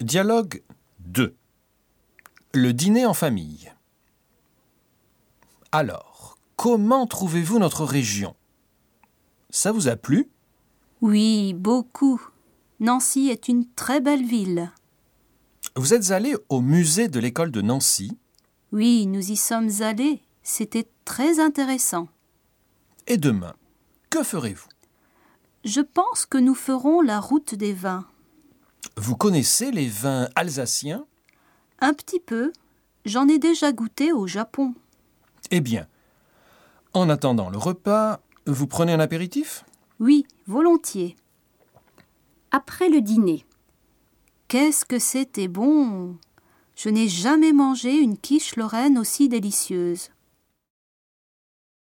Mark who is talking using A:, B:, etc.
A: Dialogue 2 Le dîner en famille. Alors, comment trouvez-vous notre région Ça vous a plu
B: Oui, beaucoup. Nancy est une très belle ville.
A: Vous êtes allé au musée de l'école de Nancy
B: Oui, nous y sommes allés. C'était très intéressant.
A: et demain, que ferez-vous
B: Je pense que nous ferons la route des vins.
A: Vous connaissez les vins alsaciens
B: Un petit peu. J'en ai déjà goûté au Japon.
A: Eh bien, en attendant le repas, vous prenez un apéritif
B: Oui, volontiers.
C: Après le dîner,
B: Qu'est-ce que c'était bon Je n'ai jamais mangé une quiche lorraine aussi délicieuse.